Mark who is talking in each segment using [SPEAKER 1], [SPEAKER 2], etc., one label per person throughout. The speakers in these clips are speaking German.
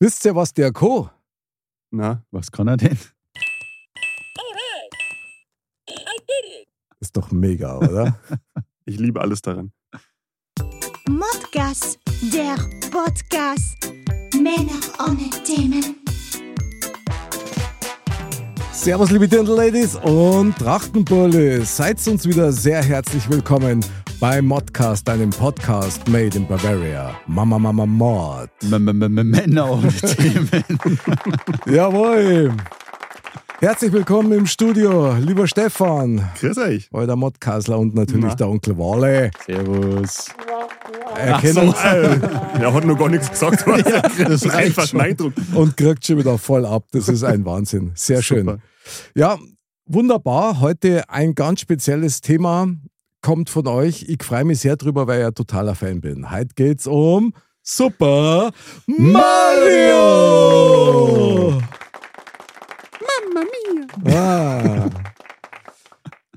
[SPEAKER 1] Wisst ihr, was der Co?
[SPEAKER 2] Na, was kann er denn?
[SPEAKER 1] Ist doch mega, oder?
[SPEAKER 2] Ich liebe alles daran.
[SPEAKER 3] Modcast, der Podcast. Männer ohne Themen.
[SPEAKER 1] Servus, liebe Dirndl-Ladies und Trachtenbullis. Seid uns wieder sehr herzlich willkommen bei Modcast, einem Podcast made in Bavaria. Mama, Mama, Mod.
[SPEAKER 2] M -m -m Männer ohne Themen.
[SPEAKER 1] Jawohl. Herzlich willkommen im Studio, lieber Stefan,
[SPEAKER 2] Grüß euch.
[SPEAKER 1] euer Modcastler und natürlich
[SPEAKER 2] Na.
[SPEAKER 1] der Onkel Wale.
[SPEAKER 2] Servus.
[SPEAKER 1] Erkennen
[SPEAKER 2] er hat noch gar nichts gesagt. das ist einfach ein Eindruck.
[SPEAKER 1] und kriegt schon wieder voll ab. Das ist ein Wahnsinn. Sehr schön.
[SPEAKER 2] Super.
[SPEAKER 1] Ja, wunderbar. Heute ein ganz spezielles Thema kommt von euch. Ich freue mich sehr drüber, weil ich ein totaler Fan bin. Heute geht's um Super Mario! Mamma mia! Ah.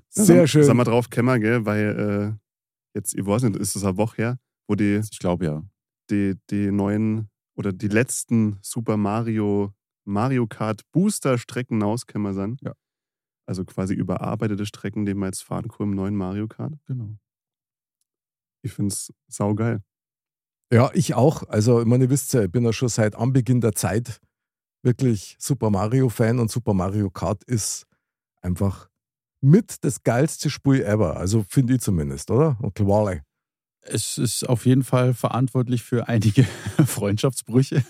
[SPEAKER 1] Sehr
[SPEAKER 2] Sind- Sind
[SPEAKER 1] schön.
[SPEAKER 2] wir drauf gekommen, gell? Weil äh, jetzt, ich weiß nicht, ist es eine Woche her, wo die,
[SPEAKER 4] Ich glaube ja.
[SPEAKER 2] die, die neuen oder die letzten Super Mario Mario Kart Booster Strecken rausgekommen sind.
[SPEAKER 4] Ja.
[SPEAKER 2] Also quasi überarbeitete Strecken, die wir jetzt fahren können im neuen Mario Kart.
[SPEAKER 4] Genau.
[SPEAKER 2] Ich find's saugeil.
[SPEAKER 1] Ja, ich auch. Also, ich meine, ihr wisst ja, ich bin ja schon seit Anbeginn der Zeit wirklich Super Mario-Fan und Super Mario Kart ist einfach mit das geilste Spiel ever. Also, finde ich zumindest, oder? Und Wally.
[SPEAKER 4] Es ist auf jeden Fall verantwortlich für einige Freundschaftsbrüche.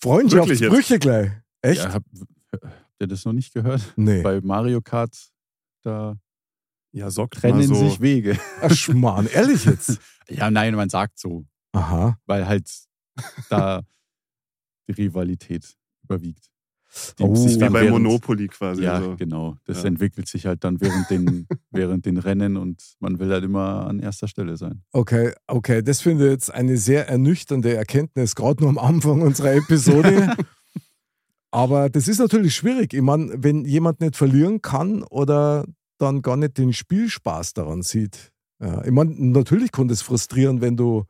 [SPEAKER 1] Freundschaftsbrüche gleich. Echt?
[SPEAKER 4] Ja, hab- habt ihr das noch nicht gehört?
[SPEAKER 1] nee.
[SPEAKER 4] Bei Mario Kart, da
[SPEAKER 2] Ja, sorgt
[SPEAKER 4] trennen
[SPEAKER 2] mal so.
[SPEAKER 4] sich Wege.
[SPEAKER 1] Ach, Schmarrn, ehrlich jetzt?
[SPEAKER 4] Ja, nein, man sagt so,
[SPEAKER 1] Aha.
[SPEAKER 4] weil halt da die Rivalität überwiegt. Die
[SPEAKER 1] Oh.
[SPEAKER 4] sich
[SPEAKER 2] wie
[SPEAKER 4] dann
[SPEAKER 2] bei
[SPEAKER 4] während-
[SPEAKER 2] Monopoly quasi.
[SPEAKER 4] Ja,
[SPEAKER 2] also.
[SPEAKER 4] genau. Das
[SPEAKER 2] Ja.
[SPEAKER 4] entwickelt sich halt dann während den, während den Rennen und man will halt immer an erster Stelle sein.
[SPEAKER 1] Okay, okay, das finde ich jetzt eine sehr ernüchternde Erkenntnis, gerade nur am Anfang unserer Episode. Aber das ist natürlich schwierig. Ich meine, wenn jemand nicht verlieren kann oder dann gar nicht den Spielspaß daran sieht. Ja, ich meine, natürlich kann das frustrieren, wenn du,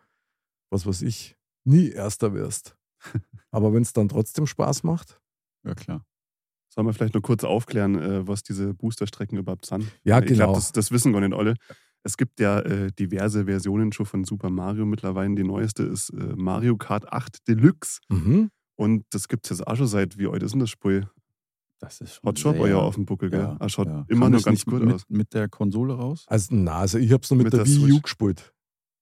[SPEAKER 1] was weiß ich, nie Erster wirst. Aber wenn es dann trotzdem Spaß macht.
[SPEAKER 4] Ja, klar.
[SPEAKER 2] Sollen wir vielleicht nur kurz aufklären, äh, was diese Boosterstrecken überhaupt sind?
[SPEAKER 1] Ja,
[SPEAKER 2] Ich
[SPEAKER 1] genau.
[SPEAKER 2] glaube, das, das wissen gar nicht alle. Es gibt ja äh, diverse Versionen schon von Super Mario mittlerweile. Die neueste ist äh, Mario Kart 8 Deluxe.
[SPEAKER 1] Mhm.
[SPEAKER 2] Und das gibt es jetzt auch schon seit, wie alt ist denn das Spiel?
[SPEAKER 4] Das ist schon
[SPEAKER 2] Hat schon ein paar
[SPEAKER 4] sehr-
[SPEAKER 2] Jahre auf dem Buckel, gell? Ah, schaut
[SPEAKER 4] Kam
[SPEAKER 2] immer noch
[SPEAKER 4] das
[SPEAKER 2] ganz
[SPEAKER 4] nicht
[SPEAKER 2] gut
[SPEAKER 4] mit,
[SPEAKER 2] aus.
[SPEAKER 4] Mit der Konsole raus?
[SPEAKER 1] Also, na, also ich habe es nur mit,
[SPEAKER 2] Mit
[SPEAKER 1] der,
[SPEAKER 2] der
[SPEAKER 1] Wii U
[SPEAKER 2] Switch.
[SPEAKER 1] gespielt.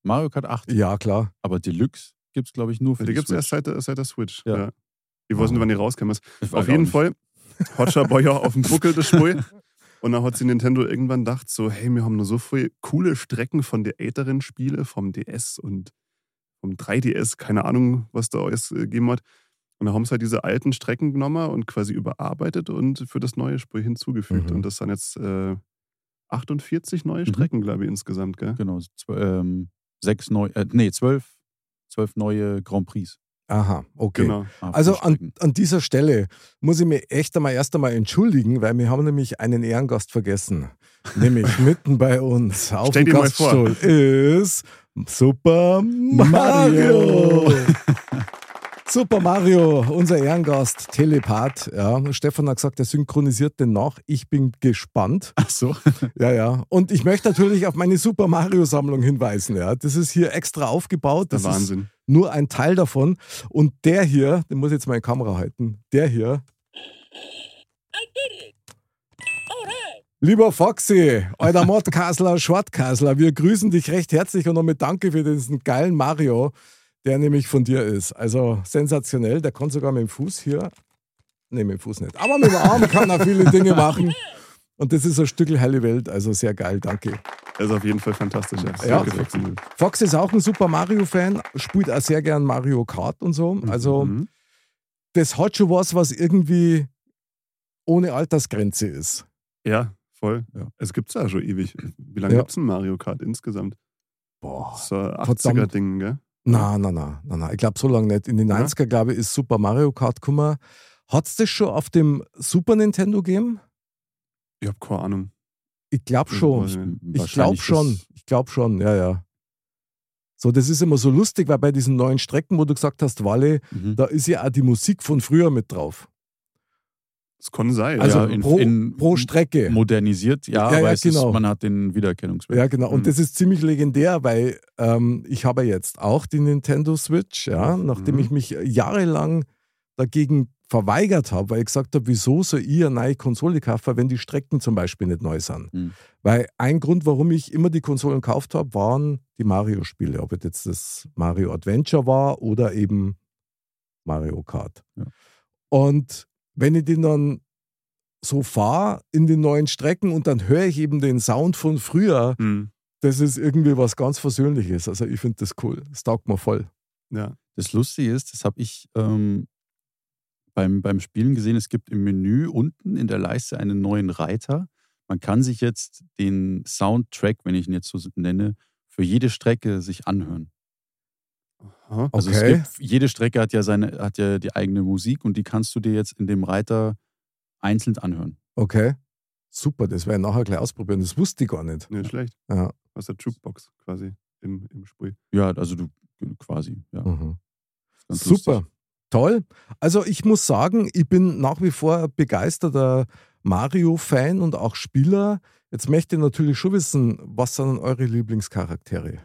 [SPEAKER 4] Mario Kart 8,
[SPEAKER 1] Ja, klar.
[SPEAKER 4] aber Deluxe gibt es, glaube ich, nur für
[SPEAKER 2] Ja, die gibt es erst
[SPEAKER 4] Switch.
[SPEAKER 2] seit, der- seit der Switch.
[SPEAKER 4] Ja.
[SPEAKER 2] Ja. Ich weiß nicht, wann die rauskam.
[SPEAKER 4] Ich
[SPEAKER 2] Auf
[SPEAKER 4] weiß auch
[SPEAKER 2] jeden
[SPEAKER 4] nicht.
[SPEAKER 2] Fall hat schon ein paar Jahre auf dem Buckel das Spiel. Und dann hat sich Nintendo irgendwann gedacht, so, hey, wir haben nur so viele coole Strecken von der älteren Spiele, vom DS und vom 3DS, keine Ahnung, was da alles äh, gegeben hat. Und dann haben sie halt diese alten Strecken genommen und quasi überarbeitet und für das neue Spiel hinzugefügt.
[SPEAKER 1] Mhm.
[SPEAKER 2] Und das sind jetzt äh, 48 neue
[SPEAKER 4] Mhm.
[SPEAKER 2] Strecken, glaube ich, insgesamt, gell?
[SPEAKER 4] Genau, zw- ähm, sechs neue, äh, nee, zwölf, zwölf neue Grand Prix.
[SPEAKER 1] Aha, okay.
[SPEAKER 2] Genau.
[SPEAKER 4] Ah,
[SPEAKER 1] Also an,
[SPEAKER 4] Strecken.
[SPEAKER 1] an dieser Stelle muss ich mich echt einmal erst einmal entschuldigen, weil wir haben nämlich einen Ehrengast vergessen. Nämlich mitten bei uns auf
[SPEAKER 2] Stell
[SPEAKER 1] dem
[SPEAKER 2] dir mal vor.
[SPEAKER 1] Gaststuhl ist Super Mario.
[SPEAKER 4] Mario.
[SPEAKER 1] Super Mario, unser Ehrengast, Telepath. Ja. Stefan hat gesagt, er synchronisiert den nach. Ich bin gespannt.
[SPEAKER 4] Ach so,
[SPEAKER 1] Ja, ja. Und ich möchte natürlich auf meine Super Mario-Sammlung hinweisen. Ja. Das ist hier extra aufgebaut.
[SPEAKER 2] Der
[SPEAKER 1] Das ist
[SPEAKER 2] Wahnsinn.
[SPEAKER 1] nur ein Teil davon. Und der hier, den muss ich jetzt mal in die Kamera halten, der hier. Lieber Foxy, euer Mordkasler, Schwartkasler, wir grüßen dich recht herzlich und damit danke für diesen geilen Mario, der nämlich von dir ist. Also sensationell, der kann sogar mit dem Fuß hier, ne, mit dem Fuß nicht, aber mit dem Arm kann er viele Dinge machen. Und das ist ein Stück heile Welt, also sehr geil, danke.
[SPEAKER 2] Er ist auf jeden Fall fantastisch. Er ist
[SPEAKER 1] Ja.
[SPEAKER 2] sehr flexibel.
[SPEAKER 1] Fox ist auch ein Super Mario-Fan, spielt auch sehr gern Mario Kart und so. Also,
[SPEAKER 2] Mhm.
[SPEAKER 1] das hat schon was, was irgendwie ohne Altersgrenze ist.
[SPEAKER 2] Ja, voll.
[SPEAKER 1] Ja.
[SPEAKER 2] Es gibt's ja schon ewig. Wie lange
[SPEAKER 1] Ja.
[SPEAKER 2] gibt's denn Mario Kart insgesamt?
[SPEAKER 1] Boah.
[SPEAKER 2] So 80er-Ding, gell?
[SPEAKER 1] Na, na, na, na, na. Ich glaube, so lange nicht. In den
[SPEAKER 2] Ja.
[SPEAKER 1] 90er, glaube ich, ist Super Mario Kart gekommen. Hat es das schon auf dem Super Nintendo gegeben?
[SPEAKER 2] Ich habe keine Ahnung.
[SPEAKER 1] Ich glaube schon.
[SPEAKER 2] Ich Hm, weiß nicht.
[SPEAKER 1] Ich glaube schon, ich glaube schon, ja, ja. So, das ist immer so lustig, weil bei diesen neuen Strecken, wo du gesagt hast, Walle,
[SPEAKER 4] Mhm.
[SPEAKER 1] da ist ja auch die Musik von früher mit drauf.
[SPEAKER 2] Es kann sein.
[SPEAKER 1] Also
[SPEAKER 2] ja.
[SPEAKER 4] in-
[SPEAKER 1] pro,
[SPEAKER 4] in-
[SPEAKER 1] pro Strecke.
[SPEAKER 4] Modernisiert, ja,
[SPEAKER 1] Ja,
[SPEAKER 4] aber
[SPEAKER 1] ja,
[SPEAKER 4] es
[SPEAKER 1] genau.
[SPEAKER 4] ist, man hat den Wiedererkennungswert.
[SPEAKER 1] Ja, genau. Und
[SPEAKER 4] Mhm.
[SPEAKER 1] das ist ziemlich legendär, weil ähm, ich habe ja jetzt auch die Nintendo Switch, ja, nachdem
[SPEAKER 2] Mhm.
[SPEAKER 1] ich mich äh, jahrelang dagegen verweigert habe, weil ich gesagt habe, wieso soll ich eine neue Konsole kaufen, wenn die Strecken zum Beispiel nicht neu sind.
[SPEAKER 4] Mhm.
[SPEAKER 1] Weil ein Grund, warum ich immer die Konsolen gekauft habe, waren die Mario-Spiele, ob es jetzt das Mario Adventure war oder eben Mario Kart.
[SPEAKER 4] Ja.
[SPEAKER 1] Und wenn ich den dann so fahre in den neuen Strecken und dann höre ich eben den Sound von früher,
[SPEAKER 2] Hm.
[SPEAKER 1] das ist irgendwie was ganz Versöhnliches. Also ich finde das cool. Das taugt mir voll.
[SPEAKER 2] ja.
[SPEAKER 4] Das Lustige ist, das habe ich ähm, beim, beim Spielen gesehen, es gibt im Menü unten in der Leiste einen neuen Reiter. Man kann sich jetzt den Soundtrack, wenn ich ihn jetzt so nenne, für jede Strecke sich anhören.
[SPEAKER 2] Aha.
[SPEAKER 4] Also
[SPEAKER 1] Okay.
[SPEAKER 4] es gibt, jede Strecke hat ja seine, hat ja die eigene Musik und die kannst du dir jetzt in dem Reiter einzeln anhören.
[SPEAKER 1] Okay. Super, das werde ich nachher gleich ausprobieren. Das wusste ich gar nicht.
[SPEAKER 2] Nicht schlecht.
[SPEAKER 1] Ja.
[SPEAKER 2] Aus der Jukebox quasi im, im Spiel.
[SPEAKER 4] Ja, also du quasi. Ja,
[SPEAKER 1] Mhm.
[SPEAKER 4] ganz
[SPEAKER 1] Super.
[SPEAKER 4] lustig.
[SPEAKER 1] Toll. Also ich muss sagen, ich bin nach wie vor ein begeisterter Mario-Fan und auch Spieler. Jetzt möchte ich natürlich schon wissen, was sind denn eure Lieblingscharaktere?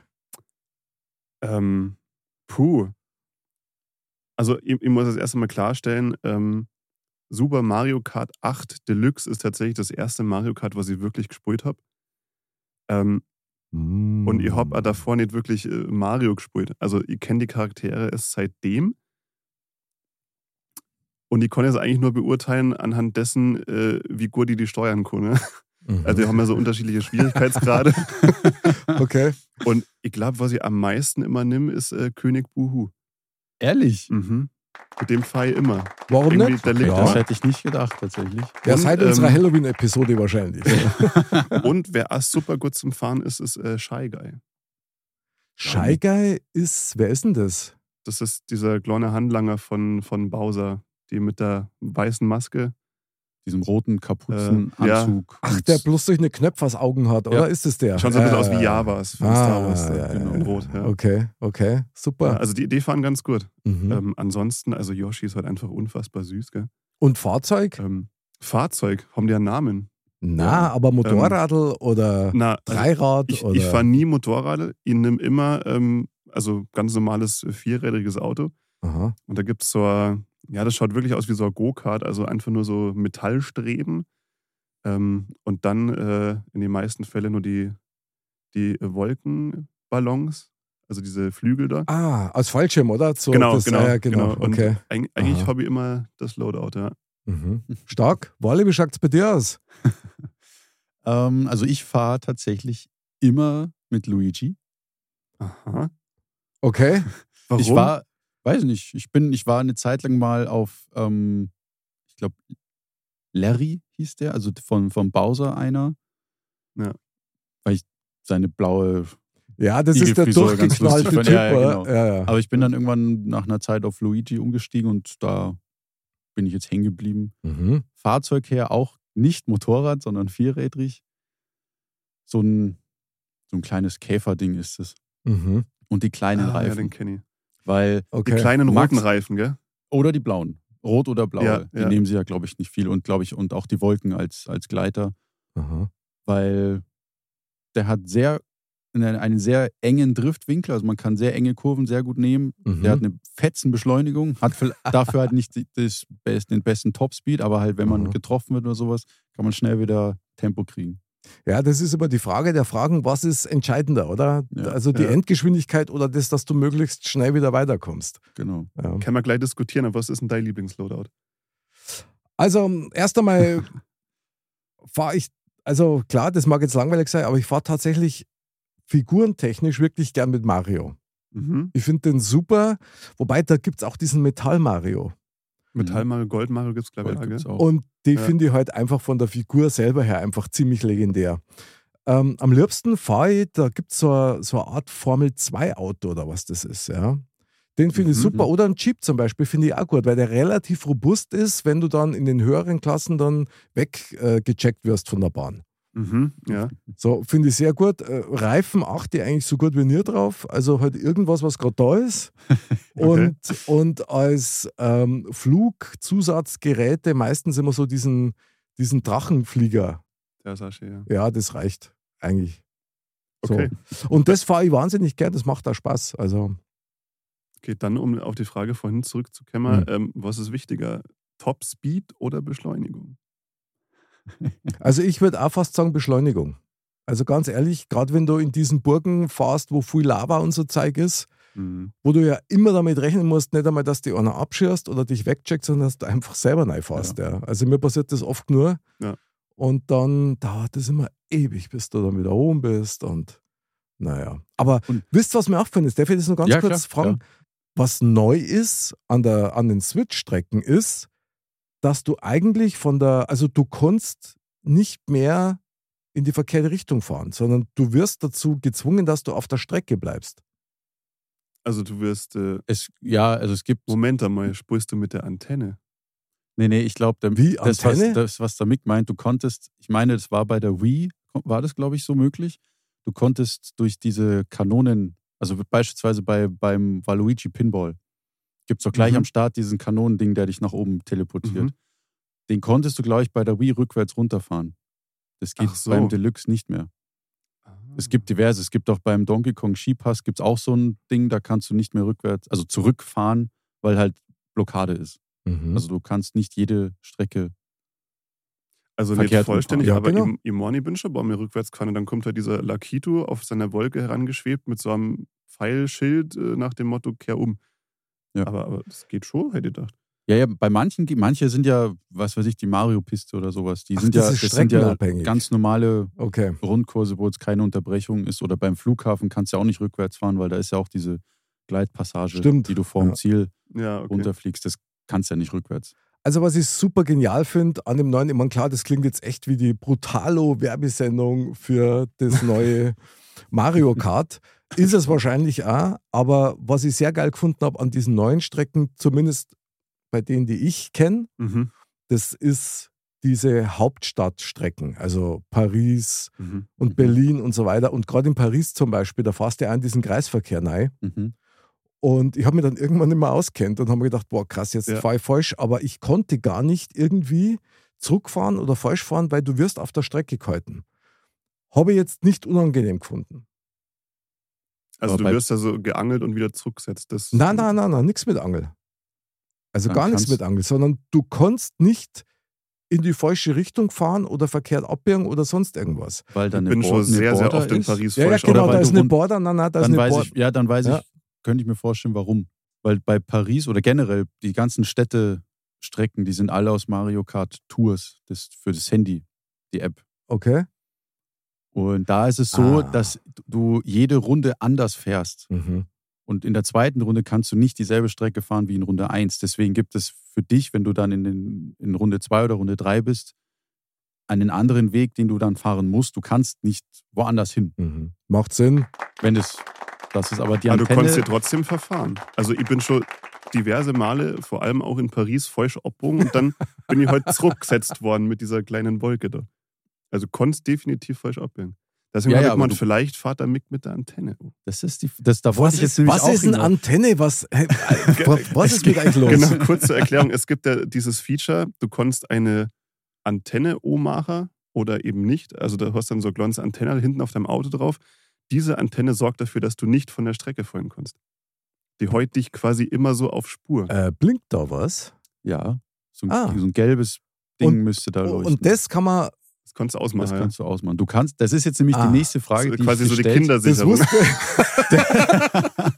[SPEAKER 2] Ähm, puh. Also ich, ich muss das erste Mal klarstellen, ähm, Super Mario Kart 8 Deluxe ist tatsächlich das erste Mario Kart, was ich wirklich gespielt habe. Ähm, Mm. Und ich
[SPEAKER 1] Mhm.
[SPEAKER 2] habe davor nicht wirklich äh, Mario gespielt. Also ich kenne die Charaktere erst seitdem. Und ich konnte es eigentlich nur beurteilen anhand dessen, äh, wie gut die die steuern konnte.
[SPEAKER 1] Mhm.
[SPEAKER 2] Also die haben ja so unterschiedliche Schwierigkeitsgrade.
[SPEAKER 1] okay.
[SPEAKER 2] Und ich glaube, was ich am meisten immer nimm, ist äh, König Buhu.
[SPEAKER 4] Ehrlich?
[SPEAKER 2] Mhm. Mit dem fahre ich immer.
[SPEAKER 1] Warum
[SPEAKER 2] Irgendwie,
[SPEAKER 1] nicht?
[SPEAKER 2] der liegt
[SPEAKER 1] Ja.
[SPEAKER 4] Das
[SPEAKER 2] immer.
[SPEAKER 4] hätte ich nicht gedacht, tatsächlich.
[SPEAKER 1] Ja,
[SPEAKER 2] Und,
[SPEAKER 1] seit
[SPEAKER 2] ähm,
[SPEAKER 1] unserer Halloween-Episode wahrscheinlich.
[SPEAKER 2] Und wer auch super gut zum Fahren ist, ist äh, Shy Guy.
[SPEAKER 1] Shy Guy ist, wer ist denn das?
[SPEAKER 2] Das ist dieser kleine Handlanger von, von Bowser, die mit der weißen Maske
[SPEAKER 4] Diesem roten Kapuzenanzug.
[SPEAKER 2] Äh, ja.
[SPEAKER 1] Ach,
[SPEAKER 4] und-
[SPEAKER 1] der bloß durch eine Knöpfe was Augen hat, oder
[SPEAKER 4] Ja.
[SPEAKER 1] ist es der?
[SPEAKER 2] Schaut so ein bisschen
[SPEAKER 1] Äh,
[SPEAKER 2] aus wie Javas von
[SPEAKER 1] ah,
[SPEAKER 2] Star Wars.
[SPEAKER 1] ja, ja,
[SPEAKER 2] Ja, genau. In
[SPEAKER 1] ja.
[SPEAKER 2] Rot. Ja.
[SPEAKER 1] Okay, okay, super.
[SPEAKER 2] Ja, also die Idee fahren ganz gut.
[SPEAKER 1] mhm.
[SPEAKER 2] Ähm, ansonsten, also Yoshi ist halt einfach unfassbar süß, gell?
[SPEAKER 1] Und Fahrzeug?
[SPEAKER 2] Ähm, Fahrzeug, haben die einen Namen?
[SPEAKER 1] Na, aber Motorradl oder
[SPEAKER 2] Ähm, Na, also
[SPEAKER 1] Dreirad
[SPEAKER 2] ich,
[SPEAKER 1] oder.
[SPEAKER 2] ich fahre nie Motorrad, ich nehme immer, ähm, also ganz normales äh, vierrädriges Auto.
[SPEAKER 1] Aha.
[SPEAKER 2] Und da gibt es so, ein- ja, das schaut wirklich aus wie so ein Go-Kart, also einfach nur so Metallstreben. Ähm, und dann äh, in den meisten Fällen nur die, die Wolkenballons, also diese Flügel da.
[SPEAKER 1] Ah, als Fallschirm, oder? So,
[SPEAKER 2] genau,
[SPEAKER 1] das-
[SPEAKER 2] genau,
[SPEAKER 1] ja, genau.
[SPEAKER 2] Und
[SPEAKER 1] Okay.
[SPEAKER 2] eig eigentlich
[SPEAKER 1] Aha.
[SPEAKER 2] habe ich immer das Loadout, ja.
[SPEAKER 1] Mhm. Stark. Wally, wie schaut es bei dir aus?
[SPEAKER 4] Ähm, also ich fahre tatsächlich immer mit Luigi.
[SPEAKER 2] Aha.
[SPEAKER 1] Okay.
[SPEAKER 2] Warum?
[SPEAKER 4] Ich war, weiß nicht, ich bin, ich war eine Zeit lang mal auf, ähm, ich glaube, Larry hieß der, also von, von Bowser einer.
[SPEAKER 2] Ja.
[SPEAKER 4] Weil ich seine blaue.
[SPEAKER 1] Ja, das
[SPEAKER 4] Die
[SPEAKER 1] ist der
[SPEAKER 4] Frisur, ganz
[SPEAKER 1] durchgeknallte Typ.
[SPEAKER 4] lustig. Ja, ja,
[SPEAKER 1] oder?
[SPEAKER 4] genau.
[SPEAKER 1] ja, ja.
[SPEAKER 4] Aber ich bin dann irgendwann nach einer Zeit auf Luigi umgestiegen und da bin ich jetzt hängen geblieben.
[SPEAKER 1] Mhm.
[SPEAKER 4] Fahrzeug her auch nicht Motorrad, sondern vierrädrig. So ein, so ein kleines Käferding ist es.
[SPEAKER 1] Mhm.
[SPEAKER 4] Und die kleinen
[SPEAKER 2] ah, ja,
[SPEAKER 4] Reifen.
[SPEAKER 2] den kenn ich.
[SPEAKER 4] weil,
[SPEAKER 2] Die
[SPEAKER 1] Okay.
[SPEAKER 2] kleinen
[SPEAKER 4] Max-
[SPEAKER 2] roten Reifen, gell?
[SPEAKER 4] oder die blauen. Rot oder blaue.
[SPEAKER 2] Ja,
[SPEAKER 4] die
[SPEAKER 2] ja.
[SPEAKER 4] nehmen sie ja, glaube ich, nicht viel. Und glaube ich, und auch die Wolken als, als Gleiter,
[SPEAKER 1] Aha.
[SPEAKER 4] weil der hat sehr einen, einen sehr engen Driftwinkel. Also man kann sehr enge Kurven sehr gut nehmen.
[SPEAKER 1] Mhm.
[SPEAKER 4] Der hat eine Fetzenbeschleunigung, hat viel- dafür halt nicht die- das, best- den besten Topspeed, aber halt, wenn man
[SPEAKER 1] Mhm.
[SPEAKER 4] getroffen wird oder sowas, kann man schnell wieder Tempo kriegen.
[SPEAKER 1] Ja, das ist immer die Frage der Fragen, was ist entscheidender, oder?
[SPEAKER 4] Ja.
[SPEAKER 1] Also die
[SPEAKER 2] Ja.
[SPEAKER 1] Endgeschwindigkeit oder das, dass du möglichst schnell wieder weiterkommst.
[SPEAKER 4] Genau.
[SPEAKER 1] Ja.
[SPEAKER 2] Können wir gleich diskutieren, aber was ist denn dein Lieblingsloadout?
[SPEAKER 1] Also, erst einmal fahre ich also klar, das mag jetzt langweilig sein, aber ich fahre tatsächlich figurentechnisch wirklich gern mit Mario.
[SPEAKER 2] Mhm.
[SPEAKER 1] Ich finde den super, wobei da gibt es auch diesen Metall-Mario.
[SPEAKER 2] Metall Mario, Gold Mario gibt es, glaube ich,
[SPEAKER 4] Gold
[SPEAKER 2] auch,
[SPEAKER 4] gibt's
[SPEAKER 2] gell?
[SPEAKER 4] auch.
[SPEAKER 1] Und die
[SPEAKER 2] Ja.
[SPEAKER 1] finde ich halt einfach von der Figur selber her einfach ziemlich legendär. Ähm, am liebsten fahre ich, da gibt es so, eine- so eine Art Formel-2-Auto oder was das ist, ja. Den finde ich
[SPEAKER 4] Mhm.
[SPEAKER 1] super. Oder ein Jeep zum Beispiel finde ich auch gut, weil der relativ robust ist, wenn du dann in den höheren Klassen dann weggecheckt äh, gecheckt wirst von der Bahn.
[SPEAKER 2] Mhm. Ja.
[SPEAKER 1] So, finde ich sehr gut. Äh, Reifen achte ich eigentlich so gut wie nie drauf. Also halt irgendwas, was gerade da ist.
[SPEAKER 2] Okay.
[SPEAKER 1] Und, und als ähm, Flugzusatzgeräte meistens immer so diesen, diesen Drachenflieger.
[SPEAKER 2] Der Sascha, ja.
[SPEAKER 1] Ja, das reicht eigentlich. So.
[SPEAKER 2] Okay.
[SPEAKER 1] Und das fahre ich wahnsinnig gern, das macht auch Spaß. Also,
[SPEAKER 2] Okay, dann um auf die Frage vorhin zurückzukommen,
[SPEAKER 4] Mhm.
[SPEAKER 2] ähm, was ist wichtiger? Top Speed oder Beschleunigung?
[SPEAKER 1] also ich würde auch fast sagen Beschleunigung. Also ganz ehrlich, gerade wenn du in diesen Burgen fährst, wo viel Lava und so Zeug ist,
[SPEAKER 2] Mhm.
[SPEAKER 1] wo du ja immer damit rechnen musst, nicht einmal, dass die einer abschirst oder dich wegcheckt, sondern dass du einfach selber reinfährst. Ja. Also mir passiert das oft nur.
[SPEAKER 2] Ja.
[SPEAKER 1] Und dann dauert es immer ewig, bis du dann wieder oben bist. Und naja. Aber
[SPEAKER 4] Und-
[SPEAKER 1] wisst ihr, was mir aufgefallen ist? Darf ich das nur ganz
[SPEAKER 4] Ja,
[SPEAKER 1] kurz
[SPEAKER 4] klar,
[SPEAKER 1] fragen? Was neu ist an, der, an den Switch-Strecken ist, dass du eigentlich von der, also du kannst nicht mehr in die verkehrte Richtung fahren, sondern du wirst dazu gezwungen, dass du auf der Strecke bleibst.
[SPEAKER 2] Also du wirst, äh,
[SPEAKER 4] Es, ja, also es gibt.
[SPEAKER 2] Moment einmal, spulst du mit der Antenne?
[SPEAKER 4] Nee, nee, ich glaube,
[SPEAKER 1] Wie,
[SPEAKER 4] das was,
[SPEAKER 1] Antenne?
[SPEAKER 4] das, was der Mick meint, du konntest, ich meine, das war bei der Wii, war das, glaube ich, so möglich. Du konntest durch diese Kanonen, also beispielsweise bei, beim Waluigi Pinball, gibt es doch gleich
[SPEAKER 2] Mhm.
[SPEAKER 4] am Start diesen Kanonending, der dich nach oben teleportiert.
[SPEAKER 2] Mhm.
[SPEAKER 4] Den konntest du, glaube ich, bei der Wii rückwärts runterfahren. Das geht
[SPEAKER 2] Ach so. Ah.
[SPEAKER 4] beim Deluxe nicht mehr. Es gibt diverse. Es gibt auch beim Donkey Kong Skipass gibt's auch so ein Ding, da kannst du nicht mehr rückwärts, also zurückfahren, weil halt Blockade ist.
[SPEAKER 1] Mhm.
[SPEAKER 4] Also du kannst nicht jede Strecke.
[SPEAKER 2] Also nicht
[SPEAKER 4] verkehrt
[SPEAKER 2] vollständig,
[SPEAKER 1] rumfahren.
[SPEAKER 2] aber
[SPEAKER 4] genau.
[SPEAKER 1] Ja,
[SPEAKER 2] im, im Morning Binscher bauen wir rückwärts kann und dann kommt halt dieser Lakito auf seiner Wolke herangeschwebt mit so einem Pfeilschild äh, nach dem Motto, kehr um.
[SPEAKER 4] Ja.
[SPEAKER 2] Aber, aber das geht schon, hätte ich gedacht.
[SPEAKER 4] Ja, ja, bei manchen, ge- manche sind ja, was weiß ich, die Mario-Piste oder sowas. Die
[SPEAKER 1] Ach,
[SPEAKER 4] sind
[SPEAKER 1] das
[SPEAKER 4] ja,
[SPEAKER 1] ist
[SPEAKER 4] das sind ja
[SPEAKER 1] streckenabhängig.
[SPEAKER 4] ganz normale
[SPEAKER 1] Okay.
[SPEAKER 4] Rundkurse, wo jetzt keine Unterbrechung ist. Oder beim Flughafen kannst du ja auch nicht rückwärts fahren, weil da ist ja auch diese Gleitpassage,
[SPEAKER 1] Stimmt.
[SPEAKER 4] die du vorm
[SPEAKER 1] Ja.
[SPEAKER 4] Ziel
[SPEAKER 2] Ja, okay.
[SPEAKER 4] runterfliegst. Das kannst du ja nicht rückwärts.
[SPEAKER 1] Also, was ich super genial finde an dem neuen, ich meine, klar, das klingt jetzt echt wie die Brutalo-Werbesendung für das neue Mario Kart. Ist es wahrscheinlich auch, aber was ich sehr geil gefunden habe an diesen neuen Strecken, zumindest bei denen, die ich kenne,
[SPEAKER 2] Mhm.
[SPEAKER 1] das ist diese Hauptstadtstrecken, also Paris
[SPEAKER 2] Mhm.
[SPEAKER 1] und
[SPEAKER 4] Mhm.
[SPEAKER 1] Berlin und so weiter. Und gerade in Paris zum Beispiel, da fährst du ja an diesen Kreisverkehr rein.
[SPEAKER 4] Mhm.
[SPEAKER 1] Und ich habe mich dann irgendwann nicht mehr auskennt und habe mir gedacht, boah, krass, jetzt
[SPEAKER 2] Ja.
[SPEAKER 1] fahre ich falsch. Aber ich konnte gar nicht irgendwie zurückfahren oder falsch fahren, weil du wirst auf der Strecke gehalten. Habe ich jetzt nicht unangenehm gefunden.
[SPEAKER 2] Also
[SPEAKER 4] Aber
[SPEAKER 2] du
[SPEAKER 4] bei-
[SPEAKER 2] wirst da so geangelt und wieder zurückgesetzt. Das
[SPEAKER 1] Nein, nein, nein, nein, nichts mit Angel. Also
[SPEAKER 4] Dann
[SPEAKER 1] gar nichts
[SPEAKER 4] kannst-
[SPEAKER 1] mit Angel, sondern du kannst nicht in die falsche Richtung fahren oder verkehrt abbiegen oder sonst irgendwas.
[SPEAKER 4] Weil da
[SPEAKER 2] Ich
[SPEAKER 4] eine
[SPEAKER 2] bin
[SPEAKER 4] Bor-
[SPEAKER 2] schon
[SPEAKER 4] eine
[SPEAKER 2] sehr, sehr
[SPEAKER 4] Border
[SPEAKER 2] oft in
[SPEAKER 4] ist.
[SPEAKER 2] Paris
[SPEAKER 1] Ja, ja,
[SPEAKER 2] falsch
[SPEAKER 1] genau,
[SPEAKER 4] Oder
[SPEAKER 1] da
[SPEAKER 4] weil
[SPEAKER 1] ist
[SPEAKER 4] du
[SPEAKER 1] eine
[SPEAKER 4] rund-
[SPEAKER 1] Border, nein, nein, da ist
[SPEAKER 4] dann
[SPEAKER 1] eine
[SPEAKER 4] weiß
[SPEAKER 1] Border.
[SPEAKER 4] ich, ja, dann weiß
[SPEAKER 1] Ja.
[SPEAKER 4] ich, könnte ich mir vorstellen, warum. Weil bei Paris oder generell die ganzen Städtestrecken, die sind alle aus Mario Kart Tours das, für das Handy, die App.
[SPEAKER 1] Okay.
[SPEAKER 4] Und da ist es so,
[SPEAKER 1] Ah.
[SPEAKER 4] dass du jede Runde anders fährst.
[SPEAKER 1] Mhm.
[SPEAKER 4] Und in der zweiten Runde kannst du nicht dieselbe Strecke fahren wie in Runde 1. Deswegen gibt es für dich, wenn du dann in, den, in Runde 2 oder Runde 3 bist, einen anderen Weg, den du dann fahren musst. Du kannst nicht woanders hin,
[SPEAKER 1] Mhm. Macht Sinn.
[SPEAKER 4] wenn es das ist. Aber die
[SPEAKER 2] Aber Ah, du
[SPEAKER 4] Antenne,
[SPEAKER 2] konntest dir trotzdem verfahren. Also ich bin schon diverse Male, vor allem auch in Paris, falsch abbogen und dann bin ich heute zurückgesetzt worden mit dieser kleinen Wolke da. Also konntest definitiv falsch abbiegen. Deswegen
[SPEAKER 4] Ja,
[SPEAKER 2] habe
[SPEAKER 4] ja,
[SPEAKER 2] ich
[SPEAKER 4] aber
[SPEAKER 2] gemeint,
[SPEAKER 4] du-
[SPEAKER 2] vielleicht fahrt er mit, mit der Antenne. Oh.
[SPEAKER 4] das ist die, das, da wollte ich jetzt nämlich
[SPEAKER 1] was
[SPEAKER 4] auch
[SPEAKER 1] ist eine
[SPEAKER 4] hinaus.
[SPEAKER 1] Antenne? Was, hä, was, was ist mit eigentlich los?
[SPEAKER 2] Genau, kurze Erklärung. Es gibt ja dieses Feature, du konntest eine Antenne ummachen oder eben nicht. Also da hast du dann so glänzende Antenne hinten auf deinem Auto drauf. Diese Antenne sorgt dafür, dass du nicht von der Strecke folgen kannst. Die heut dich quasi immer so auf Spur.
[SPEAKER 1] Äh, blinkt da was?
[SPEAKER 4] Ja, so ein,
[SPEAKER 1] Ah.
[SPEAKER 4] so ein gelbes Ding
[SPEAKER 1] Und-
[SPEAKER 4] müsste da
[SPEAKER 1] Oh,
[SPEAKER 4] leuchten.
[SPEAKER 1] Und das kann man.
[SPEAKER 2] Das konntest du
[SPEAKER 4] das
[SPEAKER 2] ausmachen. ja.
[SPEAKER 4] kannst du ausmachen. Du kannst, das ist jetzt nämlich
[SPEAKER 1] Ah.
[SPEAKER 4] die nächste Frage, die
[SPEAKER 2] Also quasi
[SPEAKER 4] ich
[SPEAKER 2] so die
[SPEAKER 4] gestellt-
[SPEAKER 1] Das
[SPEAKER 2] Kindersicherung.
[SPEAKER 1] wusste.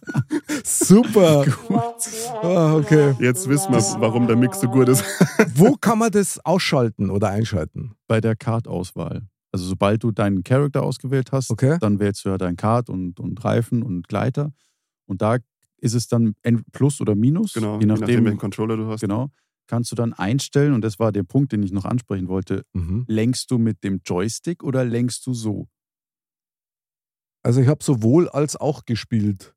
[SPEAKER 1] Super. Ah, okay.
[SPEAKER 2] Jetzt wissen wir, warum der Mix so gut ist.
[SPEAKER 1] Wo kann man das ausschalten oder einschalten?
[SPEAKER 4] bei der Kartauswahl. Also sobald du deinen Charakter ausgewählt hast,
[SPEAKER 1] Okay.
[SPEAKER 4] dann wählst du ja dein Kart und, und Reifen und Gleiter. Und da ist es dann ent- Plus oder Minus,
[SPEAKER 2] Genau,
[SPEAKER 4] je nachdem,
[SPEAKER 2] welchen Controller du hast.
[SPEAKER 4] genau, kannst du dann einstellen, und das war der Punkt, den ich noch ansprechen wollte,
[SPEAKER 1] Mhm.
[SPEAKER 4] lenkst du mit dem Joystick oder lenkst du so?
[SPEAKER 1] Also ich habe sowohl als auch gespielt.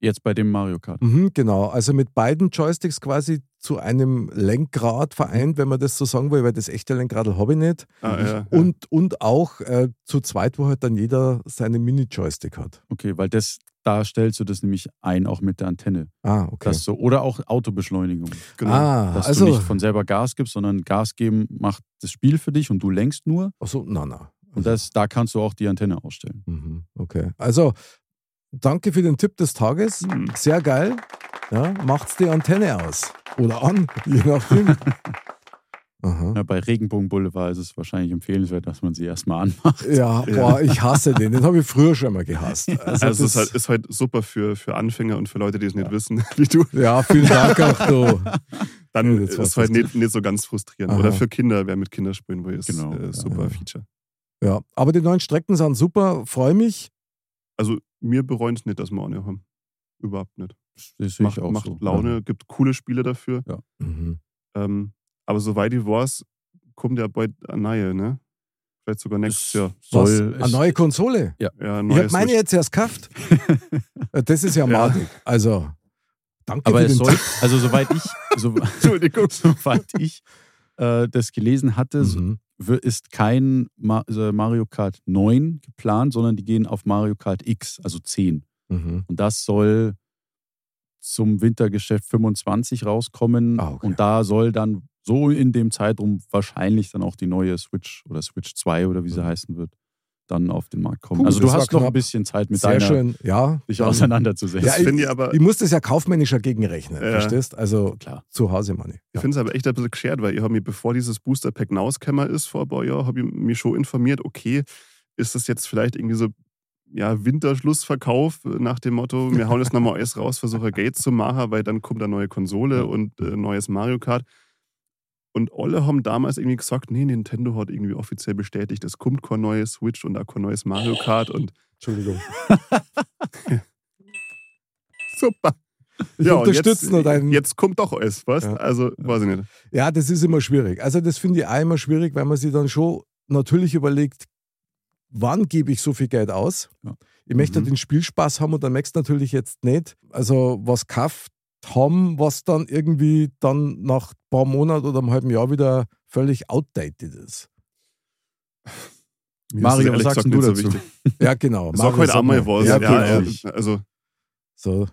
[SPEAKER 4] Jetzt bei dem Mario Kart.
[SPEAKER 1] Mhm, genau, also mit beiden Joysticks quasi zu einem Lenkrad vereint, wenn man das so sagen will, weil das echte Lenkrad habe ich nicht.
[SPEAKER 2] Ah, ja, ja.
[SPEAKER 1] Und, und auch äh, zu zweit, wo halt dann jeder seinen Mini-Joystick hat.
[SPEAKER 4] Okay, weil das, da stellst du das nämlich ein, auch mit der Antenne.
[SPEAKER 1] Ah, okay.
[SPEAKER 4] Das so. Oder auch Autobeschleunigung.
[SPEAKER 2] genau.
[SPEAKER 1] ah,
[SPEAKER 4] Dass
[SPEAKER 1] also,
[SPEAKER 4] du nicht von selber Gas gibst, sondern Gas geben macht das Spiel für dich und du lenkst nur.
[SPEAKER 1] achso, Also, na, na.
[SPEAKER 2] Mhm.
[SPEAKER 4] Und das, da kannst du auch die Antenne ausstellen.
[SPEAKER 1] Mhm, okay. Also, danke für den Tipp des Tages.
[SPEAKER 2] Hm.
[SPEAKER 1] Sehr geil. Ja, macht's die Antenne aus. Oder an, je nachdem. Aha.
[SPEAKER 2] Mhm.
[SPEAKER 4] Ja, bei Regenbogen Boulevard ist es wahrscheinlich empfehlenswert, dass man sie erstmal anmacht.
[SPEAKER 1] Ja, boah, ich hasse den. Den habe ich früher schon mal gehasst. Also,
[SPEAKER 2] Also es ist
[SPEAKER 1] das-
[SPEAKER 2] halt, ist halt super für, für Anfänger und für Leute, die es nicht wissen, wie du.
[SPEAKER 1] Ja, vielen Dank auch du.
[SPEAKER 2] Dann
[SPEAKER 1] Ja, das
[SPEAKER 2] ist
[SPEAKER 1] war's
[SPEAKER 2] es halt
[SPEAKER 1] das.
[SPEAKER 2] nicht, nicht so ganz frustrierend.
[SPEAKER 1] Aha.
[SPEAKER 2] Oder für Kinder, wer mit Kindern spielen will, ist
[SPEAKER 4] Genau, ja,
[SPEAKER 2] äh, super
[SPEAKER 1] ja.
[SPEAKER 2] Feature.
[SPEAKER 1] Ja, aber die neuen Strecken sind super, freue mich.
[SPEAKER 2] Also mir bereuen es nicht, dass wir Audio haben. Überhaupt nicht.
[SPEAKER 4] Das sehe
[SPEAKER 2] Macht,
[SPEAKER 4] ich auch
[SPEAKER 2] macht
[SPEAKER 4] so.
[SPEAKER 2] Laune, gibt coole Spiele dafür. Ähm, aber soweit ich weiß, kommt ja bald eine neue, ne? Vielleicht sogar nächstes
[SPEAKER 4] Ja.
[SPEAKER 2] Jahr.
[SPEAKER 4] Es
[SPEAKER 1] Was?
[SPEAKER 4] Soll
[SPEAKER 1] Eine neue Konsole.
[SPEAKER 2] Ja,
[SPEAKER 1] Ich habe
[SPEAKER 2] neues
[SPEAKER 1] meine jetzt erst gekauft. Äh, Das ist ja madig. Also, danke
[SPEAKER 4] Aber
[SPEAKER 1] für
[SPEAKER 4] es
[SPEAKER 1] den
[SPEAKER 4] soll,
[SPEAKER 1] Tipp.
[SPEAKER 4] also soweit ich, so,
[SPEAKER 2] Entschuldigung.
[SPEAKER 4] soweit ich äh, das gelesen hatte, so-
[SPEAKER 1] Mhm.
[SPEAKER 4] wir- ist kein Ma äh, Mario Kart 9 geplant, sondern die gehen auf Mario Kart X, also 10.
[SPEAKER 1] Mhm.
[SPEAKER 4] Und das soll zum Wintergeschäft 25 rauskommen.
[SPEAKER 1] Ah, okay.
[SPEAKER 4] Und da soll dann so in dem Zeitraum wahrscheinlich dann auch die neue Switch oder Switch 2 oder wie sie heißen wird, dann auf den Markt kommen.
[SPEAKER 1] Mhm. Puh,
[SPEAKER 4] also du
[SPEAKER 1] das war
[SPEAKER 4] hast noch
[SPEAKER 1] knapp.
[SPEAKER 4] ein bisschen Zeit mit
[SPEAKER 1] Sehr
[SPEAKER 4] deiner,
[SPEAKER 1] schön. Ja.
[SPEAKER 4] dich
[SPEAKER 1] dann-
[SPEAKER 4] auseinanderzusetzen.
[SPEAKER 1] Ja,
[SPEAKER 2] Das finde ich aber,
[SPEAKER 1] Ich muss das ja kaufmännischer gegenrechnen,
[SPEAKER 2] Ja.
[SPEAKER 1] verstehst? Also
[SPEAKER 4] Klar.
[SPEAKER 1] zu Hause, Manni.
[SPEAKER 2] Ich
[SPEAKER 1] Ja.
[SPEAKER 2] finde es aber echt ein bisschen geschert, weil ich habe mich, bevor dieses Booster-Pack rausgekommen ist vor ein paar Jahren, habe ich mich schon informiert, okay, ist das jetzt vielleicht irgendwie so ja, Winterschlussverkauf äh, nach dem Motto, wir hauen jetzt nochmal alles raus, versuche Gates zu machen, weil dann kommt eine neue Konsole und äh, neues Mario Kart. Und alle haben damals irgendwie gesagt, nee, Nintendo hat irgendwie offiziell bestätigt, es kommt kein neues Switch und auch kein neues Mario Kart und
[SPEAKER 1] Entschuldigung.
[SPEAKER 2] super.
[SPEAKER 1] Ich
[SPEAKER 2] und
[SPEAKER 1] unterstütze
[SPEAKER 2] jetzt,
[SPEAKER 1] nur deinen.
[SPEAKER 2] Jetzt kommt doch alles, was?
[SPEAKER 1] Ja.
[SPEAKER 2] Also, weiß ich nicht.
[SPEAKER 1] Ja, das ist immer schwierig. Also, das finde ich auch immer schwierig, weil man sich dann schon natürlich überlegt, wann gebe ich so viel Geld aus?
[SPEAKER 4] Ja.
[SPEAKER 1] Ich möchte
[SPEAKER 2] Mhm.
[SPEAKER 1] den Spielspaß haben und dann merkst du natürlich jetzt nicht. Also, was kauft haben, was dann irgendwie dann nach ein paar Monaten oder einem halben Jahr wieder völlig outdated ist.
[SPEAKER 2] Mir ist
[SPEAKER 4] Mario,
[SPEAKER 2] das
[SPEAKER 4] was
[SPEAKER 2] ehrlich
[SPEAKER 4] sagst
[SPEAKER 2] gesagt nicht
[SPEAKER 4] du dazu?
[SPEAKER 2] wichtig.
[SPEAKER 1] Ja, genau.
[SPEAKER 2] Sag
[SPEAKER 1] Mario,
[SPEAKER 2] heute auch mal was. Ja, ja,
[SPEAKER 1] natürlich.
[SPEAKER 2] also,
[SPEAKER 1] So,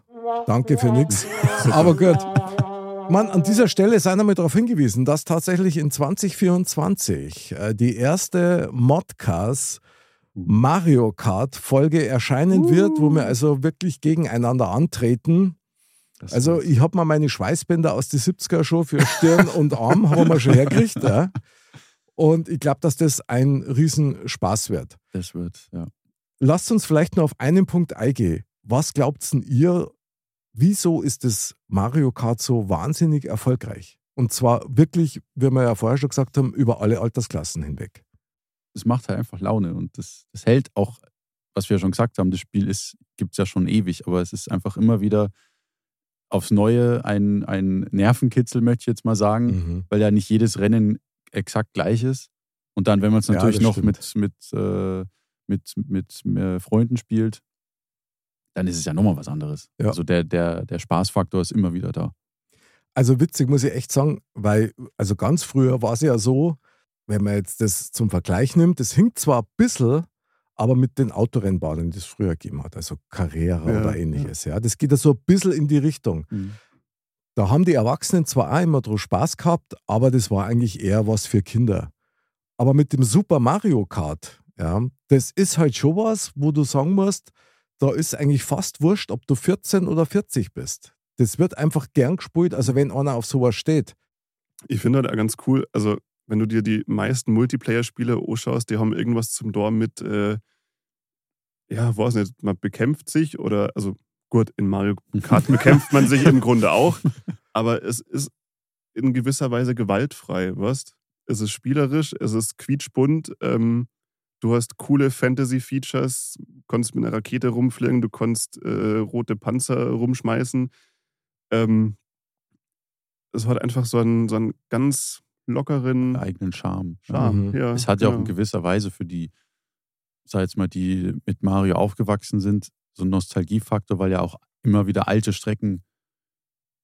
[SPEAKER 1] danke für nix. Aber gut. Mann, an dieser Stelle sei nochmal darauf hingewiesen, dass tatsächlich in 2024 äh, die erste Modcast Mario Kart Folge erscheinen wird, wo wir also wirklich gegeneinander antreten.
[SPEAKER 4] Das
[SPEAKER 1] Also
[SPEAKER 4] war's.
[SPEAKER 1] ich habe mal meine Schweißbänder aus die 70er schon für Stirn und Arm haben wir mal schon hergekriegt. Ja. Und ich glaube, dass das ein Riesenspaß wird.
[SPEAKER 4] das wird, ja.
[SPEAKER 1] Lasst uns vielleicht nur auf einen Punkt eingehen. Was glaubt denn ihr, wieso ist das Mario Kart so wahnsinnig erfolgreich? Und zwar wirklich, wie wir ja vorher schon gesagt haben, über alle Altersklassen hinweg.
[SPEAKER 4] es macht halt einfach Laune und das, das hält auch, was wir ja schon gesagt haben, das Spiel ist, gibt es ja schon ewig, aber es ist einfach immer wieder aufs Neue ein, ein Nervenkitzel, möchte ich jetzt mal sagen,
[SPEAKER 1] Mhm.
[SPEAKER 4] weil ja nicht jedes Rennen exakt gleich ist. Und dann, wenn man es
[SPEAKER 1] Ja,
[SPEAKER 4] natürlich
[SPEAKER 1] das
[SPEAKER 4] noch mit, mit, äh, mit, mit, äh, Freunden spielt, dann ist es ja nochmal was anderes.
[SPEAKER 1] Ja.
[SPEAKER 4] Also der, der, der Spaßfaktor ist immer wieder da.
[SPEAKER 1] Also witzig muss ich echt sagen, weil also ganz früher war es ja so, wenn man jetzt das zum Vergleich nimmt, das hinkt zwar ein bisschen, aber mit den Autorennbahnen, die es früher gegeben hat, also Carrera
[SPEAKER 2] Ja,
[SPEAKER 1] oder
[SPEAKER 2] ja. Mhm.
[SPEAKER 1] ähnliches, ja. Das geht ja so ein bisschen in die Richtung. Da haben die Erwachsenen zwar auch immer dran Spaß gehabt, aber das war eigentlich eher was für Kinder. Aber mit dem Super Mario Kart, ja, das ist halt schon was, wo du sagen musst, da ist eigentlich fast wurscht, ob du 14 oder 40 bist. Das wird einfach gern gespielt, also wenn einer auf sowas steht.
[SPEAKER 2] ich finde halt auch ganz cool, also, wenn du dir die meisten Multiplayer-Spiele anschaust, die haben irgendwas zum Dorm mit, äh, ja, weiß nicht, man bekämpft sich oder, also, gut, in Mario Kart bekämpft man sich im Grunde auch, aber es ist in gewisser Weise gewaltfrei, weißt? Es ist spielerisch, es ist quietschbunt, ähm, Du hast coole Fantasy-Features, konntest mit einer Rakete rumfliegen, du konntest äh, rote Panzer rumschmeißen. Ähm, es hat einfach so einen, so einen ganz lockeren
[SPEAKER 4] eigenen Charme.
[SPEAKER 2] Charme.
[SPEAKER 1] Mhm.
[SPEAKER 2] Ja,
[SPEAKER 4] Es hat ja auch
[SPEAKER 2] genau.
[SPEAKER 4] in gewisser Weise für die, sag jetzt mal, die mit Mario aufgewachsen sind, so einen Nostalgiefaktor, weil ja auch immer wieder alte Strecken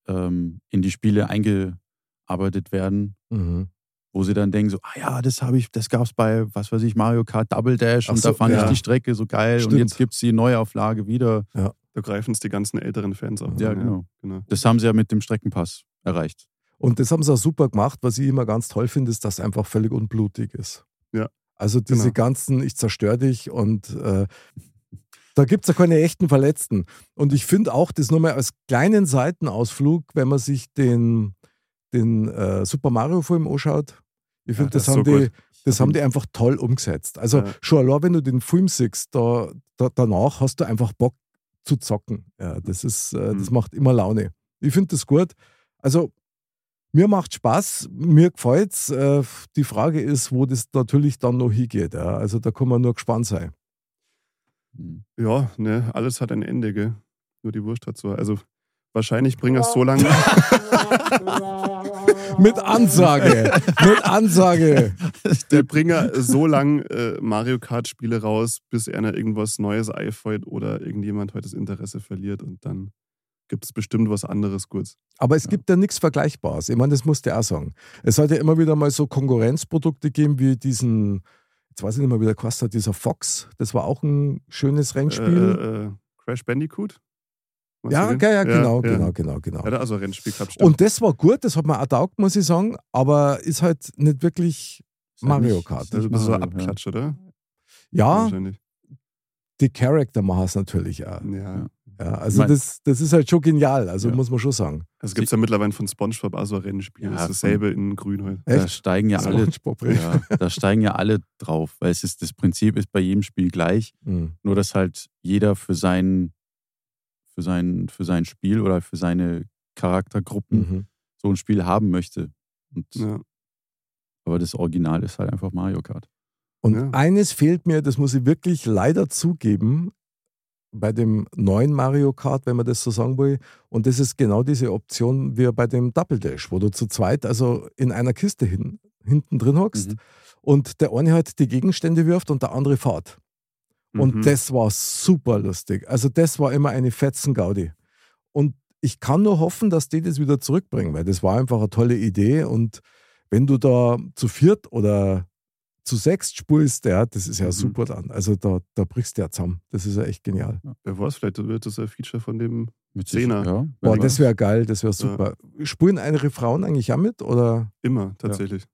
[SPEAKER 4] ähm, in die Spiele eingearbeitet werden,
[SPEAKER 1] Mhm.
[SPEAKER 4] wo sie dann denken so, ah ja, das habe ich, das gab es bei, was weiß ich, Mario Kart Double Dash
[SPEAKER 1] Ach
[SPEAKER 4] und
[SPEAKER 1] so,
[SPEAKER 4] da fand
[SPEAKER 1] ja.
[SPEAKER 4] ich die Strecke so geil
[SPEAKER 1] Stimmt.
[SPEAKER 4] und jetzt gibt es die Neuauflage wieder.
[SPEAKER 2] Da greifen es die ganzen älteren Fans auf.
[SPEAKER 4] Ja,
[SPEAKER 2] an,
[SPEAKER 4] genau.
[SPEAKER 2] genau.
[SPEAKER 4] Das haben sie ja mit dem Streckenpass erreicht.
[SPEAKER 1] Und das haben sie auch super gemacht. Was ich immer ganz toll finde, ist, dass es einfach völlig unblutig ist.
[SPEAKER 2] Ja.
[SPEAKER 1] Also diese
[SPEAKER 2] Genau.
[SPEAKER 1] ganzen, ich zerstör dich und äh, da gibt es ja keine echten Verletzten. Und ich finde auch das nur mal als kleinen Seitenausflug, wenn man sich den, den äh, Super Mario-Film anschaut. Ich finde,
[SPEAKER 2] das
[SPEAKER 1] das,
[SPEAKER 2] ist
[SPEAKER 1] haben
[SPEAKER 2] so
[SPEAKER 1] die,
[SPEAKER 2] gut.
[SPEAKER 1] das haben die einfach toll umgesetzt. Also
[SPEAKER 2] Mhm. Ja.
[SPEAKER 1] schon allein, wenn du den Film siehst, da, da, danach hast du einfach Bock zu zocken. Ja, das, ist, äh, das
[SPEAKER 2] Mhm.
[SPEAKER 1] macht immer Laune. Ich finde das gut. Also mir macht Spaß, mir gefällt es. Äh, die Frage ist, wo das natürlich dann noch hingeht. Ja. Also da kann man nur gespannt sein.
[SPEAKER 4] Mhm.
[SPEAKER 2] Ja, ne, alles hat ein Ende, gell? Nur die Wurst hat so. Also wahrscheinlich bringen es so lange.
[SPEAKER 1] Mit Ansage, mit Ansage.
[SPEAKER 2] der Bringer so lang äh, Mario Kart Spiele raus, bis einer irgendwas Neues einfällt oder irgendjemand heute das Interesse verliert und dann gibt es bestimmt was anderes kurz.
[SPEAKER 1] Aber es
[SPEAKER 4] Ja.
[SPEAKER 1] gibt ja nichts Vergleichbares. Ich meine, das musst du auch sagen. Es hat ja immer wieder mal so Konkurrenzprodukte gegeben, wie diesen, jetzt weiß ich nicht mehr, wie der kostet, hat, dieser Fox. Das war auch ein schönes Rennspiel.
[SPEAKER 2] Äh, äh, Crash Bandicoot? Meinst
[SPEAKER 1] ja,
[SPEAKER 2] du den?
[SPEAKER 1] geil, ja, genau,
[SPEAKER 2] ja.
[SPEAKER 1] genau, genau, genau.
[SPEAKER 2] Hat er also ein Rennspiel gehabt, stimmt.
[SPEAKER 1] Und das war gut, das hat mir auch taugt, muss ich sagen, aber ist halt nicht wirklich,
[SPEAKER 4] Ist ja
[SPEAKER 1] Mario
[SPEAKER 4] nicht-
[SPEAKER 1] Kart.
[SPEAKER 4] ist
[SPEAKER 2] das
[SPEAKER 4] nicht
[SPEAKER 2] ist so ein
[SPEAKER 4] Mario, ja.
[SPEAKER 2] Abklatsch, oder?
[SPEAKER 1] Ah, ja,
[SPEAKER 2] Wahrscheinlich.
[SPEAKER 1] die Charakter machen es natürlich auch.
[SPEAKER 2] Ja.
[SPEAKER 4] Ja.
[SPEAKER 1] Ja,
[SPEAKER 4] Ich
[SPEAKER 1] also
[SPEAKER 4] mein-
[SPEAKER 1] das, das ist halt schon genial, also
[SPEAKER 4] Ja.
[SPEAKER 1] muss man schon sagen.
[SPEAKER 2] Das gibt es Also ja mittlerweile von Spongebob, also ein Rennspiel.
[SPEAKER 4] Ja,
[SPEAKER 2] das ist dasselbe in Grün halt. heute.
[SPEAKER 4] Da steigen ja
[SPEAKER 1] Das
[SPEAKER 4] alle
[SPEAKER 1] macht Bock, richtig.
[SPEAKER 4] Ja, da steigen ja alle drauf, weil es ist, das Prinzip ist bei jedem Spiel gleich,
[SPEAKER 1] Mhm.
[SPEAKER 4] nur dass halt jeder für sein, für sein, für sein Spiel oder für seine Charaktergruppen
[SPEAKER 1] Mhm.
[SPEAKER 4] so ein Spiel haben möchte. Und,
[SPEAKER 2] Ja.
[SPEAKER 4] Aber das Original ist halt einfach Mario Kart.
[SPEAKER 1] Und
[SPEAKER 2] Ja.
[SPEAKER 1] eines fehlt mir, das muss ich wirklich leider zugeben, bei dem neuen Mario Kart, wenn man das so sagen will. Und das ist genau diese Option wie bei dem Double Dash, wo du zu zweit, also in einer Kiste hin, hinten drin hockst
[SPEAKER 4] Mhm.
[SPEAKER 1] und der eine halt die Gegenstände wirft und der andere fährt.
[SPEAKER 2] Mhm.
[SPEAKER 1] Und das war super lustig. Also das war immer eine fetzen Gaudi. Und ich kann nur hoffen, dass die das wieder zurückbringen, weil das war einfach eine tolle Idee. Und wenn du da zu viert oder zu sechst spulst, ja, das ist ja
[SPEAKER 2] Mhm.
[SPEAKER 1] super dann. Also da, da brichst du ja zusammen. Das ist ja echt genial.
[SPEAKER 2] Wer weiß, vielleicht wird das ein Feature von dem.
[SPEAKER 4] Mit
[SPEAKER 2] Zehner.
[SPEAKER 4] Ja,
[SPEAKER 1] Boah,
[SPEAKER 2] genau.
[SPEAKER 4] wer
[SPEAKER 1] das
[SPEAKER 4] weiß.
[SPEAKER 1] wäre geil, das wäre super. Spulen andere Frauen eigentlich auch mit? Oder?
[SPEAKER 2] Immer, tatsächlich.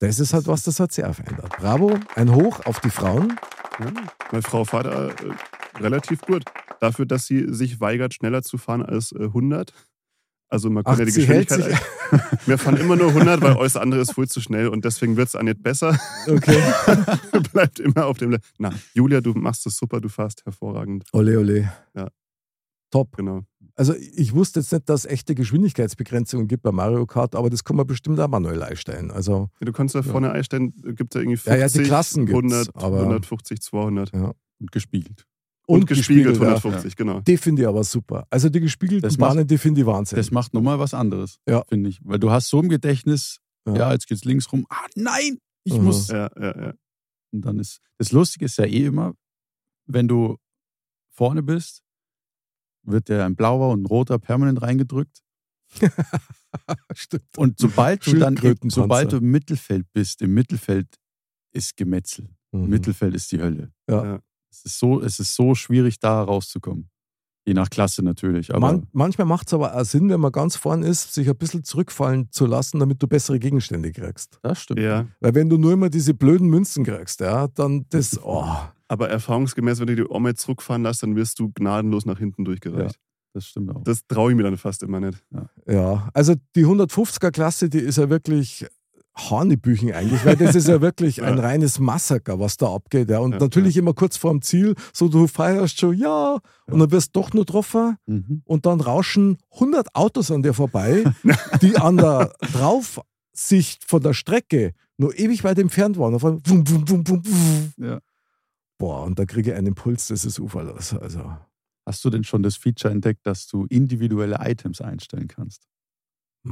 [SPEAKER 1] Das ist halt was, das hat sich auch verändert. Bravo, ein Hoch auf die Frauen.
[SPEAKER 2] Ja. Meine Frau fährt äh, relativ gut. Dafür, dass sie sich weigert, schneller zu fahren als äh, 100. Also man
[SPEAKER 1] Ach,
[SPEAKER 2] konnte ja die
[SPEAKER 1] sie hält
[SPEAKER 2] Geschwindigkeit.
[SPEAKER 1] sich.
[SPEAKER 2] Wir fahren immer nur 100, weil alles andere ist viel zu schnell und deswegen wird es auch nicht besser.
[SPEAKER 1] Okay.
[SPEAKER 2] Bleibt immer auf dem. Le Na, Julia, du machst es super, du fährst hervorragend.
[SPEAKER 1] Ole, ole.
[SPEAKER 2] Ja.
[SPEAKER 1] Top.
[SPEAKER 2] Genau.
[SPEAKER 1] Also ich wusste jetzt nicht, dass es echte Geschwindigkeitsbegrenzungen gibt bei Mario Kart, aber das kann man bestimmt auch manuell einstellen. Also
[SPEAKER 2] Ja, du kannst da vorne einstellen, gibt da irgendwie 50,
[SPEAKER 1] Ja, ja, die Klassen gibt's,
[SPEAKER 2] 100,
[SPEAKER 1] aber-
[SPEAKER 2] 150, 200.
[SPEAKER 4] Und gespiegelt.
[SPEAKER 2] Und, gespiegelt
[SPEAKER 1] ja.
[SPEAKER 2] 150, genau.
[SPEAKER 1] Die finde ich aber super. Also die gespiegelten
[SPEAKER 4] Das macht-
[SPEAKER 1] Bahnen, die finde ich Wahnsinn.
[SPEAKER 4] Das macht nochmal was anderes,
[SPEAKER 1] Ja.
[SPEAKER 4] finde ich. Weil du hast so im Gedächtnis,
[SPEAKER 1] Ja.
[SPEAKER 4] ja, jetzt geht's links rum. Ah, nein! Ich
[SPEAKER 1] Mhm.
[SPEAKER 4] muss
[SPEAKER 2] Ja, ja, ja.
[SPEAKER 4] Und dann ist das Lustige ist ja eh immer, wenn du vorne bist, wird dir ein blauer und ein roter permanent reingedrückt.
[SPEAKER 1] Stimmt.
[SPEAKER 4] Und sobald du dann,
[SPEAKER 1] Schildkrötenpanzer.
[SPEAKER 4] sobald du im Mittelfeld bist, im Mittelfeld ist Gemetzel.
[SPEAKER 1] Mhm.
[SPEAKER 4] Mittelfeld ist die Hölle.
[SPEAKER 1] Ja.
[SPEAKER 2] Ja.
[SPEAKER 4] Es ist so, es ist so schwierig, da rauszukommen. Je nach Klasse natürlich. Aber
[SPEAKER 1] Man, manchmal macht es aber auch Sinn, wenn man ganz vorn ist, sich ein bisschen zurückfallen zu lassen, damit du bessere Gegenstände kriegst.
[SPEAKER 4] das stimmt.
[SPEAKER 2] ja.
[SPEAKER 1] Weil wenn du nur immer diese blöden Münzen kriegst, ja, dann das, oh,
[SPEAKER 2] Aber erfahrungsgemäß, wenn du die Oma jetzt zurückfahren lässt, dann wirst du gnadenlos nach hinten durchgereicht.
[SPEAKER 4] Das stimmt auch.
[SPEAKER 2] Das traue ich mir dann fast immer nicht.
[SPEAKER 1] Ja, also die 150er-Klasse, die ist ja wirklich Hanebüchen eigentlich, weil das ist ja wirklich ein
[SPEAKER 2] Ja.
[SPEAKER 1] reines Massaker, was da abgeht. Ja. Und
[SPEAKER 2] Ja,
[SPEAKER 1] natürlich immer kurz vorm Ziel, so du feierst schon, ja, und dann wirst du doch nur getroffen
[SPEAKER 4] Mhm.
[SPEAKER 1] und dann rauschen 100 Autos an dir vorbei, die an der drauf sich von der Strecke nur ewig weit entfernt waren. Auf einmal wum, wum, wum, wum, wum.
[SPEAKER 4] Ja.
[SPEAKER 1] Boah, und da kriege ich einen Impuls, das ist uferlos. Also,
[SPEAKER 4] Hast du denn schon das Feature entdeckt, dass du individuelle Items einstellen kannst?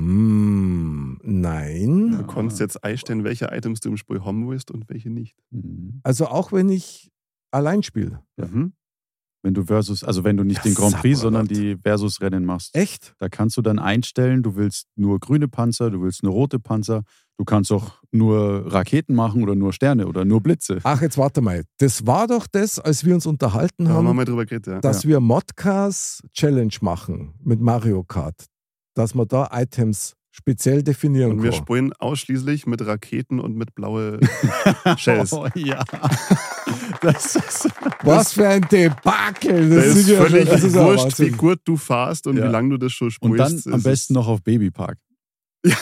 [SPEAKER 1] mm, nein.
[SPEAKER 2] Du konntest jetzt einstellen, welche Items du im Spiel haben willst und welche nicht.
[SPEAKER 4] Mhm.
[SPEAKER 1] Also auch wenn ich allein spiele.
[SPEAKER 4] Ja.
[SPEAKER 2] Mhm.
[SPEAKER 4] Wenn du versus, also wenn du nicht
[SPEAKER 1] Ja,
[SPEAKER 4] den Grand
[SPEAKER 1] sag
[SPEAKER 4] Prix,
[SPEAKER 1] mal
[SPEAKER 4] sondern
[SPEAKER 1] was.
[SPEAKER 4] die Versus-Rennen machst.
[SPEAKER 1] Echt?
[SPEAKER 4] Da kannst du dann einstellen, du willst nur grüne Panzer, du willst nur rote Panzer, du kannst auch nur Raketen machen oder nur Sterne oder nur Blitze.
[SPEAKER 1] Ach, jetzt warte mal. Das war doch das, als wir uns unterhalten
[SPEAKER 2] Da haben wir
[SPEAKER 1] haben,
[SPEAKER 2] mal drüber geredet, ja.
[SPEAKER 1] dass wir Modcars Challenge machen mit Mario Kart. Dass man da Items speziell definieren
[SPEAKER 2] Und wir
[SPEAKER 1] kann.
[SPEAKER 2] sprühen ausschließlich mit Raketen und mit blaue Shells.
[SPEAKER 4] Oh, ja. Das ist,
[SPEAKER 1] Was für ein Debakel!
[SPEAKER 2] Das, ist
[SPEAKER 1] ja schon-
[SPEAKER 2] völlig
[SPEAKER 1] das ist ja
[SPEAKER 2] wurscht,
[SPEAKER 1] Wahnsinn.
[SPEAKER 2] wie gut du fahrst und
[SPEAKER 4] Ja.
[SPEAKER 2] wie lange du das schon
[SPEAKER 4] und
[SPEAKER 2] sprühst.
[SPEAKER 4] dann am
[SPEAKER 2] Es
[SPEAKER 4] besten noch auf Babypark.
[SPEAKER 2] Ist,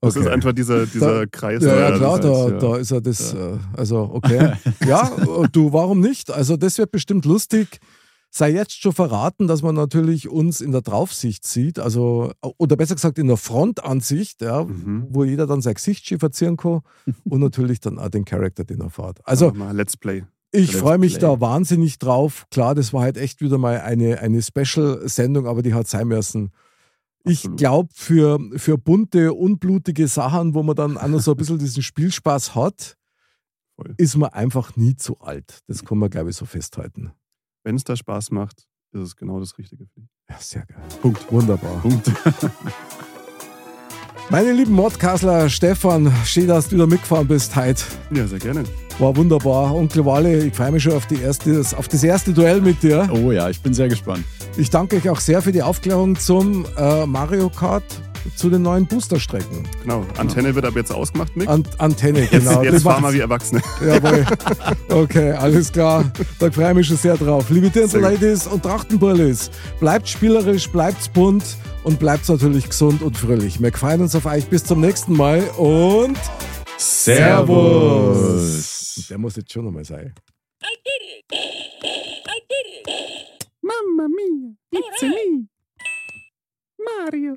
[SPEAKER 2] das ist
[SPEAKER 1] Okay.
[SPEAKER 2] einfach dieser, dieser
[SPEAKER 1] Da-
[SPEAKER 2] Kreis.
[SPEAKER 1] Ja,
[SPEAKER 2] der-
[SPEAKER 1] ja, klar,
[SPEAKER 4] das
[SPEAKER 1] da,
[SPEAKER 4] heißt, ja.
[SPEAKER 1] da ist ja das, äh, also okay. Ja, äh, du, warum nicht? Also das wird bestimmt lustig. Sei jetzt schon verraten, dass man natürlich uns in der Draufsicht sieht, also, oder besser gesagt in der Frontansicht, ja,
[SPEAKER 2] Mhm.
[SPEAKER 1] wo jeder dann sein Gesicht verzieren kann und natürlich dann auch den Charakter, den er fährt. Also
[SPEAKER 2] Also, mal Let's Play.
[SPEAKER 1] ich
[SPEAKER 4] Let's
[SPEAKER 1] freue mich
[SPEAKER 4] Play.
[SPEAKER 1] da wahnsinnig drauf. Klar, das war halt echt wieder mal eine, eine Special-Sendung, aber die hat sein müssen. Ich
[SPEAKER 4] Absolut.
[SPEAKER 1] glaube, für, für bunte, unblutige Sachen, wo man dann auch noch so ein bisschen diesen Spielspaß hat,
[SPEAKER 2] Voll.
[SPEAKER 1] ist man einfach nie zu alt. Das kann man, glaube ich, so festhalten.
[SPEAKER 2] Wenn es da Spaß macht, ist es genau das Richtige für dich.
[SPEAKER 1] Ja, sehr geil. Punkt. Wunderbar.
[SPEAKER 4] Punkt.
[SPEAKER 1] Meine lieben Mordkasler, Stefan, schön, dass du wieder mitgefahren bist heute.
[SPEAKER 2] Ja, sehr gerne.
[SPEAKER 1] War wunderbar. Onkel Walle, ich freue mich schon auf, die erste, auf das erste Duell mit dir.
[SPEAKER 4] Oh ja, ich bin sehr gespannt.
[SPEAKER 1] Ich danke euch auch sehr für die Aufklärung zum äh, Mario Kart, zu den neuen Boosterstrecken.
[SPEAKER 2] Genau. Antenne wird ab jetzt ausgemacht, Mick.
[SPEAKER 1] An Antenne,
[SPEAKER 2] Jetzt,
[SPEAKER 1] Ah, genau.
[SPEAKER 2] jetzt fahren wir
[SPEAKER 1] macht's.
[SPEAKER 2] wie Erwachsene.
[SPEAKER 1] Jawohl. Okay, alles klar. Da freue ich mich schon sehr drauf. Liebe
[SPEAKER 2] Sehr gut.
[SPEAKER 1] Dirndl-Ladies und Trachtenbrillis, bleibt spielerisch, bleibt bunt und bleibt natürlich gesund und fröhlich. Wir freuen uns auf euch. Bis zum nächsten Mal und Der muss jetzt schon nochmal sein.
[SPEAKER 5] Mamma mia, it's me, Mario.